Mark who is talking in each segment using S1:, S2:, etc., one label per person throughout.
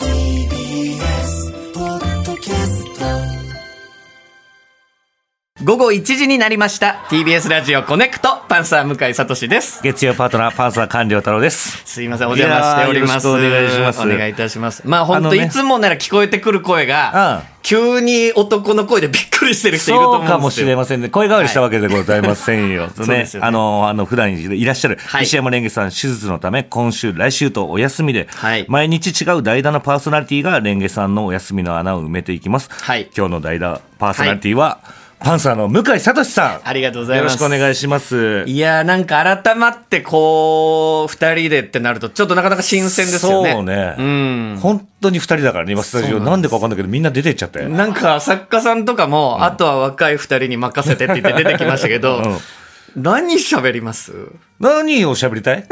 S1: TBS ポッドキャスト
S2: 午後1時になりました TBS ラジオコネクトパンサー向井聡です
S3: 月曜パートナーパンサー官僚太郎です。
S2: すいませんお邪魔しております
S3: いやーよろしくお願いします
S2: お願いいたしますまあ本
S3: あ
S2: 当、
S3: のね
S2: いつもなら聞こえてくる声が、
S3: うん
S2: 急に男の声でびっくりしてる人いると
S3: そう
S2: 思
S3: か
S2: うんで
S3: も
S2: す
S3: し
S2: よ
S3: れませんね。声変わりしたわけでございませんよ。
S2: うで
S3: ね
S2: すよね
S3: あの、あの、普段いらっしゃる、
S2: はい
S3: 石山レンゲさん手術のため、今週、来週とお休みで、
S2: はい
S3: 毎日違う代打のパーソナリティがレンゲさんのお休みの穴を埋めていきます。
S2: はい
S3: 今日の代打パーソナリティは、パンサーの向井聡さん。
S2: ありがとうございます
S3: よろしくお願いします。
S2: いやーなんか改まってこう二人でってなるとちょっとなかなか新鮮ですよね
S3: そうね。
S2: ん
S3: 本当に二人だからね、今スタジ
S2: そうなん
S3: オ。
S2: です
S3: なんでかわかんないけど、みんな出てっちゃって。
S2: なんか作家さんとかも、あとは若い二人に任せてって言って出てきましたけど、 何喋ります
S3: 何を喋りたい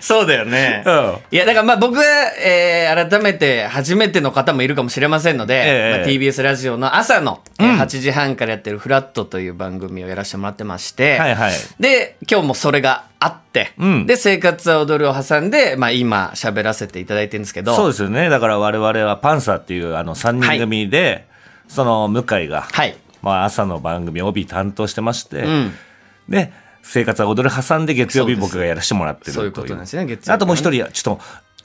S2: そうだよね。
S3: うん
S2: いや、だからまあ僕は、えー改めて初めての方もいるかもしれませんので、
S3: え
S2: ま
S3: え
S2: あ TBS ラジオの朝の、えー8時半からやってるフラットという番組をやらせてもらってまして、
S3: はいはい
S2: で、今日もそれがあって、
S3: ん
S2: で、生活は踊るを挟んで、まあ今喋らせていただいてるんですけど、
S3: そうですよね。だから我々はパンサーっていうあの3人組で、その向井が、
S2: はい。
S3: まあ朝の番組帯担当してまして、
S2: ん
S3: で、生活は踊る挟んで月曜日
S2: そうです
S3: 僕がやらせてもらってる
S2: そういうことなんですね月曜日ね
S3: あともう一人、ちょっと、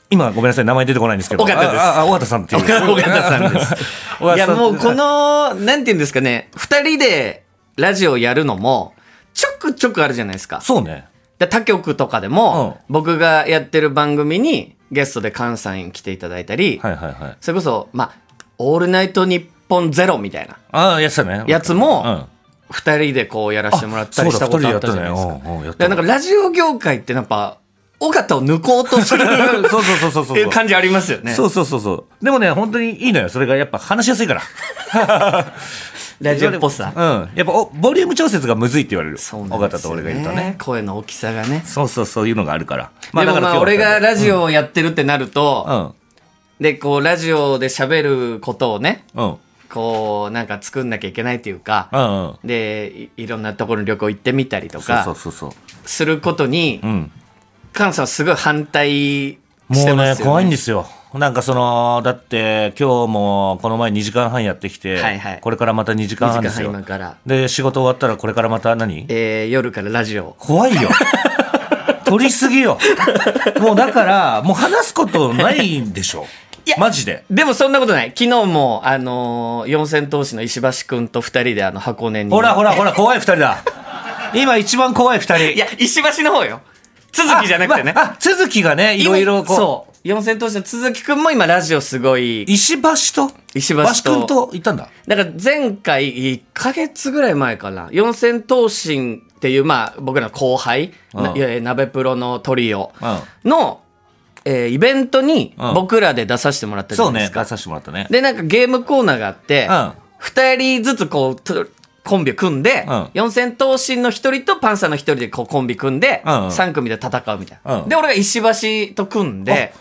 S3: 今ごめんなさい、名前出てこないんですけど。
S2: 尾形です
S3: あ、あ尾形さんっていう。
S2: 尾形さんです。
S3: 尾形
S2: いや、
S3: さん
S2: もうこの、なんて言うんですかね、二人でラジオやるのも、ちょくちょくあるじゃないですか。
S3: そうね。
S2: で他局とかでも、僕がやってる番組にゲストで関西に来ていただいたり、
S3: はいはいはい。
S2: それこそ、まあ、オールナイトニッポンゼロみたいな
S3: ああ、やつだね。
S2: やつも、
S3: うん。
S2: 二人でこうやらせてもらったりしたことあったじゃないですか。
S3: あそうだ二人でやったねうんうん
S2: だ
S3: やっ
S2: か
S3: た
S2: らなんかラジオ業界ってやっぱ、尾形を抜こうとする
S3: そうそうそうそうそう。
S2: っていう感じありますよね。
S3: そうそうそうそう。でもね、本当にいいのよ。それがやっぱ話しやすいから。
S2: ラジオっぽさ。
S3: うん。やっぱお、ボリューム調節がむずいって言われる。
S2: そう
S3: 尾
S2: なんで
S3: 形
S2: す
S3: と
S2: よね
S3: 俺がいるとね。
S2: 声の大きさがね。
S3: そうそう、そういうのがあるから。
S2: でも
S3: だから
S2: まあ
S3: 今日
S2: 俺が
S3: は
S2: ラジオをやってるってなると、
S3: うん。
S2: で、こうラジオで喋ることをね、
S3: うん。
S2: こうなんか作んなきゃいけないというか、
S3: うん。うん。
S2: でいいろんなところに旅行行ってみたりと
S3: そう
S2: か
S3: そうそうそう。
S2: することに
S3: うん。
S2: 菅さんはすごい反対
S3: も
S2: し
S3: う
S2: て
S3: ね
S2: ま、すよね。。
S3: 怖いんですすよ。なんかその、だって今日もこの前2時間半やってきて、
S2: はいはい
S3: これからまた2時間
S2: 2
S3: 半
S2: 時
S3: で
S2: 間
S3: す
S2: 半
S3: よ
S2: 今。から、
S3: で、仕事終わったらこれからまた何
S2: えー夜からラジオ。
S3: 怖いよ。 取りすぎよ。もうだから、もう話すことないんでしょ。いや、マジで。
S2: でもそんなことない。昨日も、あのー四千頭身の石橋くんと二人であの箱根に。
S3: ほらほらほら、怖い二人だ。今一番怖い二人。
S2: いや、石橋の方よ。続きじゃなくてね。
S3: あ、まあ鈴木がね、いろいろこう。
S2: そう。四千頭身の鈴木くんも今ラジオすごい。
S3: 石橋と
S2: 石橋と
S3: くんと行ったんだ。
S2: だから前回1ヶ月ぐらい前かな四千頭身っていうまあ僕らの後輩、
S3: うん
S2: ないや鍋プロのトリオ
S3: う
S2: の、えーイベントに
S3: うん
S2: 僕らで出させてもらったじゃ
S3: そう
S2: ないで
S3: ね、
S2: すか、
S3: 出させてもらったね。
S2: でなんかゲームコーナーがあって、
S3: うん
S2: 2人ずつこうとコンビを組んで、
S3: うん
S2: 四千頭身の1人とパンサーの1人でこうコンビ組んで、
S3: うん
S2: 三3組で戦うみたいな、
S3: うん
S2: で俺が石橋と組んで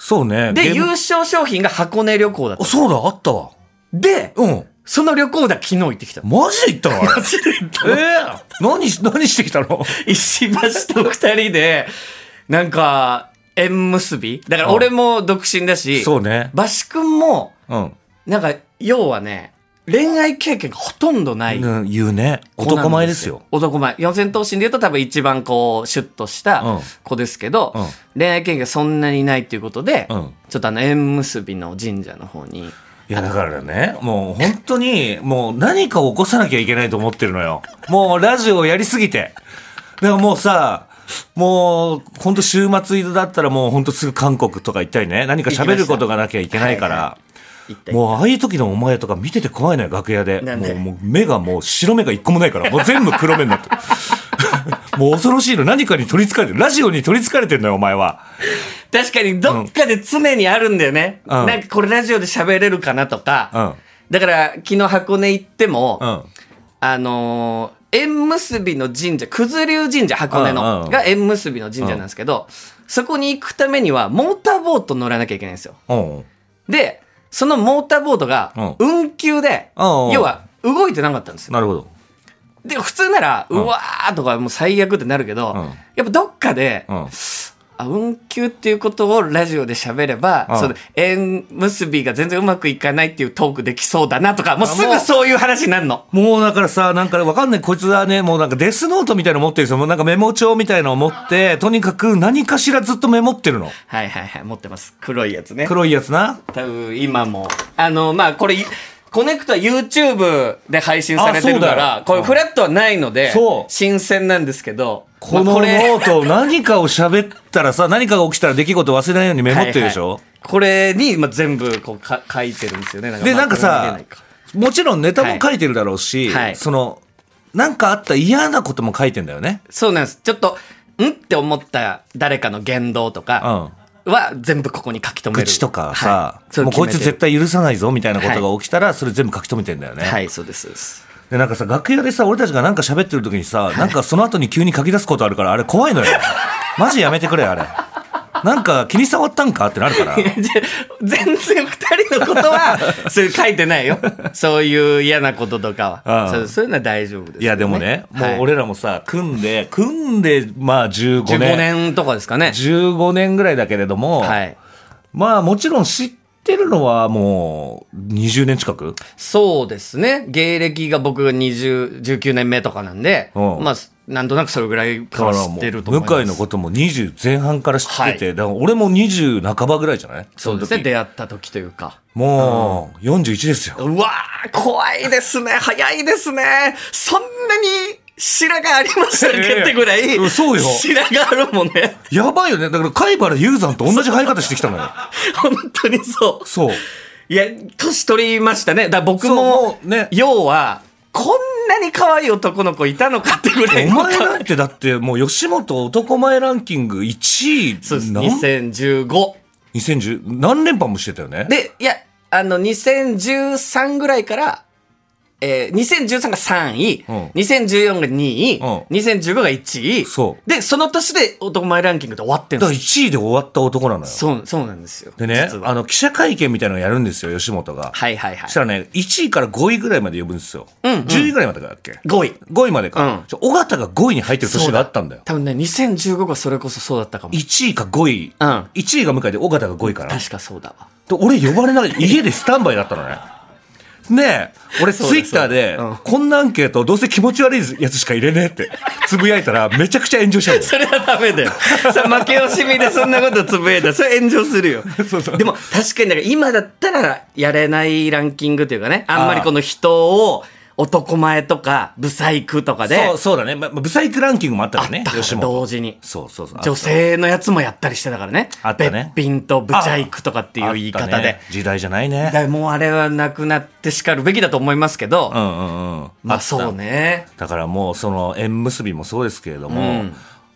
S3: そうね。ゲ
S2: で
S3: ーム
S2: 優勝商品が箱根旅行だっ
S3: あ
S2: た
S3: そうだ、あったわ。
S2: で、
S3: うん。
S2: その旅行だ昨日行ってきた
S3: マジで行ったのあれ。えー何し、何してきたの
S2: 石橋と二人で、なんか、縁結びだから俺も独身だし、
S3: そうね。
S2: バシ君も、
S3: うん。
S2: なんか、要はね、恋愛経験がほとんどない。
S3: うん言うね。男前ですよ。。
S2: 男前。四千頭身で言うと多分一番こう、シュッとした
S3: うん
S2: 子ですけど、
S3: うん
S2: 恋愛経験がそんなにないということで、
S3: うん
S2: ちょっとあの、縁結びの神社の方に。
S3: いや、だからね、もう本当に、もう何かを起こさなきゃいけないと思ってるのよ。もうラジオをやりすぎて。だからもうさ、もう本当週末移動だったらもう本当すぐ韓国とか行ったりね、何か喋ることがなきゃいけないから。
S2: 行ったり
S3: もうああいう時のお前とか見てて怖いのよ、楽屋で。
S2: なん
S3: も
S2: で
S3: うもう目がもう白目が一個もないから、もう全部黒目になってる。 もう恐ろしいの。何かに取り憑かれてる。ラジオに取り憑かれてるのよ、お前は。
S2: 確かにどっかで常にあるんだよね。
S3: うん
S2: なんかこれラジオで喋れるかなとか。だから昨日箱根行っても、
S3: うん。うん。
S2: あのー縁結びの神社、九頭竜神社、箱根
S3: うんう
S2: の、
S3: ん
S2: が縁結びの神社なんですけど、そこに行くためにはモーターボート乗らなきゃいけないんですよ。
S3: うん。
S2: で、そのモーターボートが
S3: う
S2: 運休で、
S3: うんうん
S2: 要は動いてなかったんですよ。
S3: なるほど。
S2: で、普通なら、うわーとかもう最悪ってなるけど、
S3: うん
S2: やっぱどっかで、
S3: うん。うん。
S2: あ運休っていうことをラジオで喋れば、
S3: うん
S2: その縁結びが全然うまくいかないっていうトークできそうだなとか、もうすぐそういう話になるの。
S3: もうだからさ、なんかわかんない。こいつはね、もうなんかデスノートみたいなの持ってるんですよ。もうなんかメモ帳みたいのを持って、とにかく何かしらずっとメモってるの。
S2: はいはいはい、持ってます。黒いやつね。
S3: 黒いやつな。
S2: 多分今も。あの、まあ、これ、いコネクトは YouTube で配信されてるか
S3: あ
S2: ら、
S3: そ
S2: こ
S3: うだよ
S2: れフラットはないので
S3: そ、う
S2: 新鮮なんですけど、
S3: こ
S2: まあ
S3: のノ
S2: れ
S3: ート、何かを喋ったらさ、何かが起きたら出来事忘れないようにメモってるでしょ、
S2: はいはいこれに、まあ、全部こうか書いてるんですよね。
S3: で、
S2: まあ
S3: なん
S2: これ
S3: かさ
S2: 見れないか、
S3: もちろんネタも書いてるだろうし、
S2: はいはい
S3: その、なんかあった嫌なことも書いてんだよね。
S2: そうなんです。ちょっと、んって思った誰かの言動とかは全部ここに書き留める。
S3: 愚痴とかさ、
S2: はい
S3: もうこいつ絶。対許さないぞみたいなこと
S2: は
S3: が起きたら、それ全部書き留めてんだよ
S2: そ
S3: ね。
S2: れを決めてるはい、そうですそうです。
S3: で、なんかさ、楽屋でさ、俺たちがなんか喋ってる時にさ、なんかその後に急に書き出すことあるから、あれ怖い のよ。マジやめてくれ、あれ。なんか気に障ったんかってなるか ら。
S2: じゃ全然二人のこと は、それ書いてないよ。そういう嫌なこととかは。
S3: うん
S2: そうそういうのは大丈夫ですよ、
S3: いやでもね、
S2: はい
S3: もう俺らもさ、組んで、組んで、まあ15
S2: 15
S3: 年。
S2: 年とかですかね。
S3: 15年ぐらいだけれども、
S2: はい。
S3: まあもちろん知ってるのはもう20年近く
S2: そうですね。芸歴が僕が20、19年目とかなんで、
S3: うん
S2: まあ、なんとなくそれぐらいから知
S3: も
S2: っ
S3: う
S2: てると思います。
S3: 向井のことも20前半から知ってて、
S2: は
S3: だから俺も20半ばぐらいじゃない
S2: そうです
S3: その
S2: ね。
S3: 時
S2: 出会った時というか。
S3: もう41ですよ。
S2: うわー、怖いですね。早いですね。そんなに白髪ありましたっけ
S3: いやいや
S2: ってぐらい。
S3: うんそうよ
S2: 白髪あるもんね。
S3: やばいよね。だから貝原雄山と同じ生え方してきたのよ。
S2: 本当にそう。
S3: そう。
S2: いや、年取りましたね。だから僕
S3: そう
S2: も
S3: も、うね
S2: 要は、こんなに可愛い男の子いたのかってぐらい
S3: お
S2: の。
S3: 前なんてだってもう吉本男前ランキング1位。
S2: そうです。
S3: なん
S2: 2015。
S3: 2010何連覇もしてたよね。
S2: で、いや、あの、2013ぐらいから、えー、2013が3位、
S3: うん
S2: 2014が2位、
S3: うん
S2: 2015が1位。
S3: そう
S2: で、その年で男前ランキングで終わってん
S3: だから
S2: ですよ。
S3: 1位で終わった男なのよ。
S2: そう、そうなんですよ。
S3: でね
S2: 実、は
S3: あの、記者会見みたいなのやるんですよ、吉本が。
S2: はいはいは
S3: そ
S2: い
S3: した。らね、1位から5位ぐらいまで呼ぶんですよ。
S2: んうん
S3: 10位ぐらいまでだっけ
S2: 5位。
S3: ?5 位まで
S2: うん
S3: か。ちょ尾形が5位に入ってる年があったんだよ。
S2: 多分ね、2015がそれこそそうだったかも。
S3: 1位か5位。
S2: うん
S3: 1位が向井で尾形が5位から。
S2: 確かそうだわ。
S3: で俺呼ばれ ない、家でスタンバイだったのね。ねえ、俺ツ
S2: そうだ
S3: イッターで、
S2: そうだうん
S3: こんなアンケートどうせ気持ち悪いやつしか入れねえって、つぶやいたらめちゃくちゃ炎上しちゃうの。
S2: それはダメだよ。さ負け惜しみでそんなことつぶやいたら、それ炎上す るよ。でも、確かに、だから今だったらやれないランキングというかね、あんまりこの人を男前とか、ブサイクとかで
S3: そう、、そうだね。ま、まブサイクランキングもあったからね、
S2: だから
S3: 吉本。
S2: 同時に。
S3: そうそうそう。
S2: 女性のやつもやったりしてたからね。
S3: あったね
S2: べっぴんとブチャイクとかっていう言い
S3: あっ
S2: 方
S3: た
S2: で。
S3: ね時代じゃない
S2: だか
S3: ね。
S2: らもうあれはなくなってしかるべきだと思いますけど、
S3: うんうんうん。
S2: まあそうね。
S3: だからもうその縁結びもそうですけれども、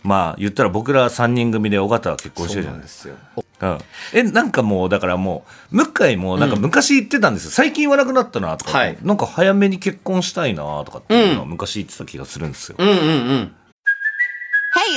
S3: まあ言ったら僕ら3人組で尾形は結婚してるじゃないですか。
S2: すよ。
S3: うん、えなんかもうだからもう向井もなんか昔言ってたんですよ、最近言わなくなったなとか、
S2: はい
S3: なんか早めに結婚したいなとかっていうのは昔言ってた気がするんですよ、
S2: うんうんうん。
S4: Hey,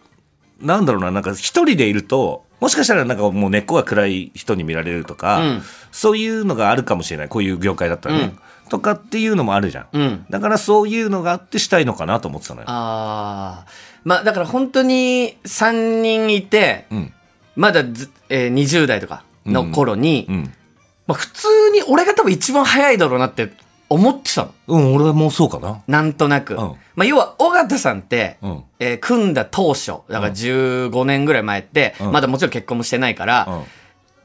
S3: なんだろうななんか一人でいるともしかしたらなんかもう根っこが暗い人に見られるとか、そういうのがあるかもしれないこういう業界だったらね、とかっていうのもあるじゃん、
S2: ん
S3: だからそういうのがあってしたいのかなと思ってたのよ
S2: ああ。まあだから本当に3人いて、
S3: ん
S2: まだず、えー20代とかの頃に、
S3: うん
S2: まあ、普通に俺が多分一番早いだろうなって思ってたの。
S3: うん、俺はもうそうかな。
S2: なんとなく。
S3: ん
S2: まあ、要は、尾形さんって、
S3: うん
S2: えー組んだ当初、だから15年ぐらい前って、
S3: ん
S2: まだもちろん結婚もしてないか
S3: う
S2: ら
S3: ん、。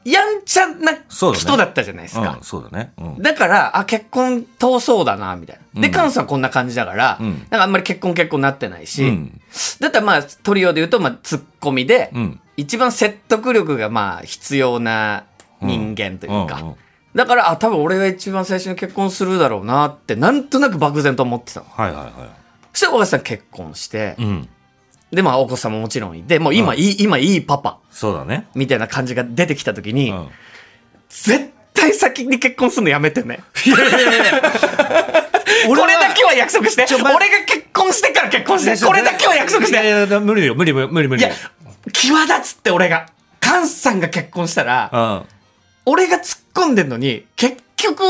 S2: やんちゃな
S3: そうだね
S2: 人だったじゃないですか。
S3: うん、そうだね。うん。
S2: だから、あ、結婚遠そうだな、みたいな。で、関さんはこんな感じだから、
S3: ん
S2: なんかあんまり結婚結婚なってないし、
S3: うん
S2: だったらまあ、トリオで言うと、まあ、ツッコミで、
S3: うん
S2: 一番説得力がまあ、必要な人間というか、
S3: うんうん
S2: だから、あ、多分俺が一番最初に結婚するだろうなって、なんとなく漠然と思ってたの。
S3: はいはいは
S2: そして、小林さん結婚して、
S3: い。うん。
S2: で、まあ、お子さんももちろんいて、もう今いい、今いいパパ、
S3: そうだね。
S2: みたいな感じが出てきた時に、
S3: うん。
S2: 絶対先に結婚するのやめてね。 これだけは約束して。
S3: 待っ
S2: 俺が結婚してから結婚して。これだけは約束し
S3: いやい
S2: て。
S3: やいや無理よ、無理無理無理無
S2: い
S3: 理。
S2: や、際立つって俺が。カンさんが結婚したら、
S3: うん。
S2: 俺が突っ込んでんのに、結局、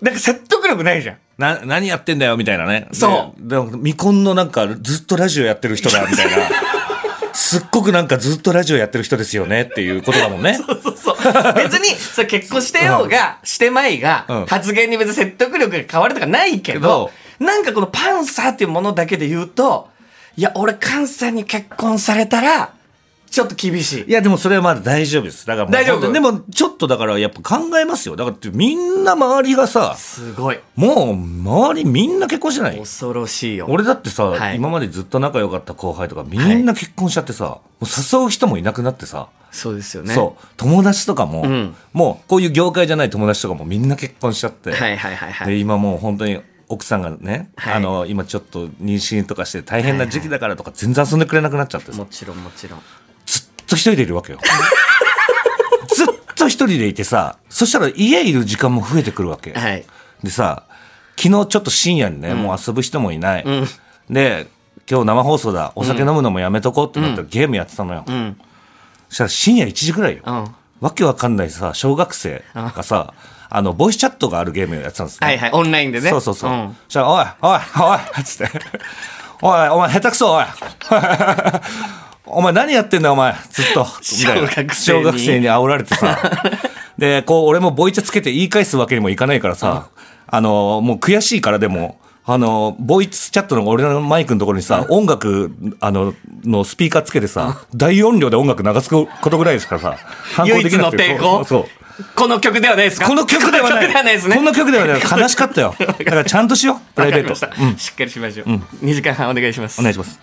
S2: なんか説得力ないじゃん。
S3: な、何やってんだよ、みたいなね。で
S2: そ
S3: でも未婚のなんか、ずっとラジオやってる人だ、みた いな。すっごくなんかずっとラジオやってる人ですよねっていうことだもんね。
S2: そうそう。別に、それ結婚してようが、してまいが、
S3: うん
S2: 発言に別に説得力が変わるとかないけ
S3: け
S2: ど
S3: ど、
S2: なんかこのパンサーっていうものだけで言うと、いや、俺、カンさんに結婚されたら、ちょっと厳しい
S3: い。や、でもそれはまだ大丈夫です。だからもう
S2: 大丈夫
S3: 本当にでも、ちょっとだからやっぱ考えますよ。だからってみんな周りがさ、
S2: すごい。
S3: もう周りみんな結婚してない
S2: 恐ろしいよ。
S3: 俺だってさ、
S2: はい
S3: 今までずっと仲良かった後輩とかみんな結婚しちゃってさ、もう誘う人もいなくなってさ、
S2: そうですよね。
S3: そう、友達とかも、
S2: ん
S3: もうこういう業界じゃない友達とかもみんな結婚しちゃって、
S2: はいはいはいは
S3: で
S2: い。
S3: 今もう本当に奥さんがね、
S2: はい
S3: あの今ちょっと妊娠とかして大変な時期だからとか全然遊んでくれなくなっちゃってさ、
S2: もちろんもちろん。
S3: ずっと一人でい るわけよずっと一人でいてさそしたら家いる時間も増えてくるわけ、
S2: はい。
S3: でさ昨日ちょっと深夜にね、もう遊ぶ人もいない、で今日生放送だお酒飲むのもやめとこうってなったらゲームやってたのよ、
S2: ん
S3: そしたら深夜1時ぐらいよ、
S2: うん
S3: わけわかんないさ小学生がさ、あのボイスチャットがあるゲームやってたんですね、
S2: はいはい。オンラインでね。
S3: そうそうそう。
S2: ん
S3: じゃあ、おい、おい、おい、つって。 おい、お前、下手くそ、おい。 お前、何やってんだよ、お前。ずっと。みたいな
S2: 小学生に
S3: 小学生に煽られてさ。 で、こう、俺もボイチャつけて言い返すわけにもいかないからさ、あの、もう悔しいからでも、あの、ボイスチャットの俺のマイクのところにさ、音楽、あの、のスピーカーつけてさ、大音量で音楽流すことぐらいしかさ、反抗
S2: 唯
S3: で
S2: 一
S3: きな
S2: の
S3: くて
S2: 抵抗
S3: そうそう。
S2: この曲ではないですか
S3: この曲ではない。
S2: この曲ではないですね。
S3: この曲ではない。悲しかったよ。だからちゃんとしよう。プラ
S2: わ
S3: イ
S2: かり
S3: ベ
S2: ま
S3: ー
S2: し
S3: ト。
S2: た。しっかりしましょう。2時間半お願いします。
S3: お願いします。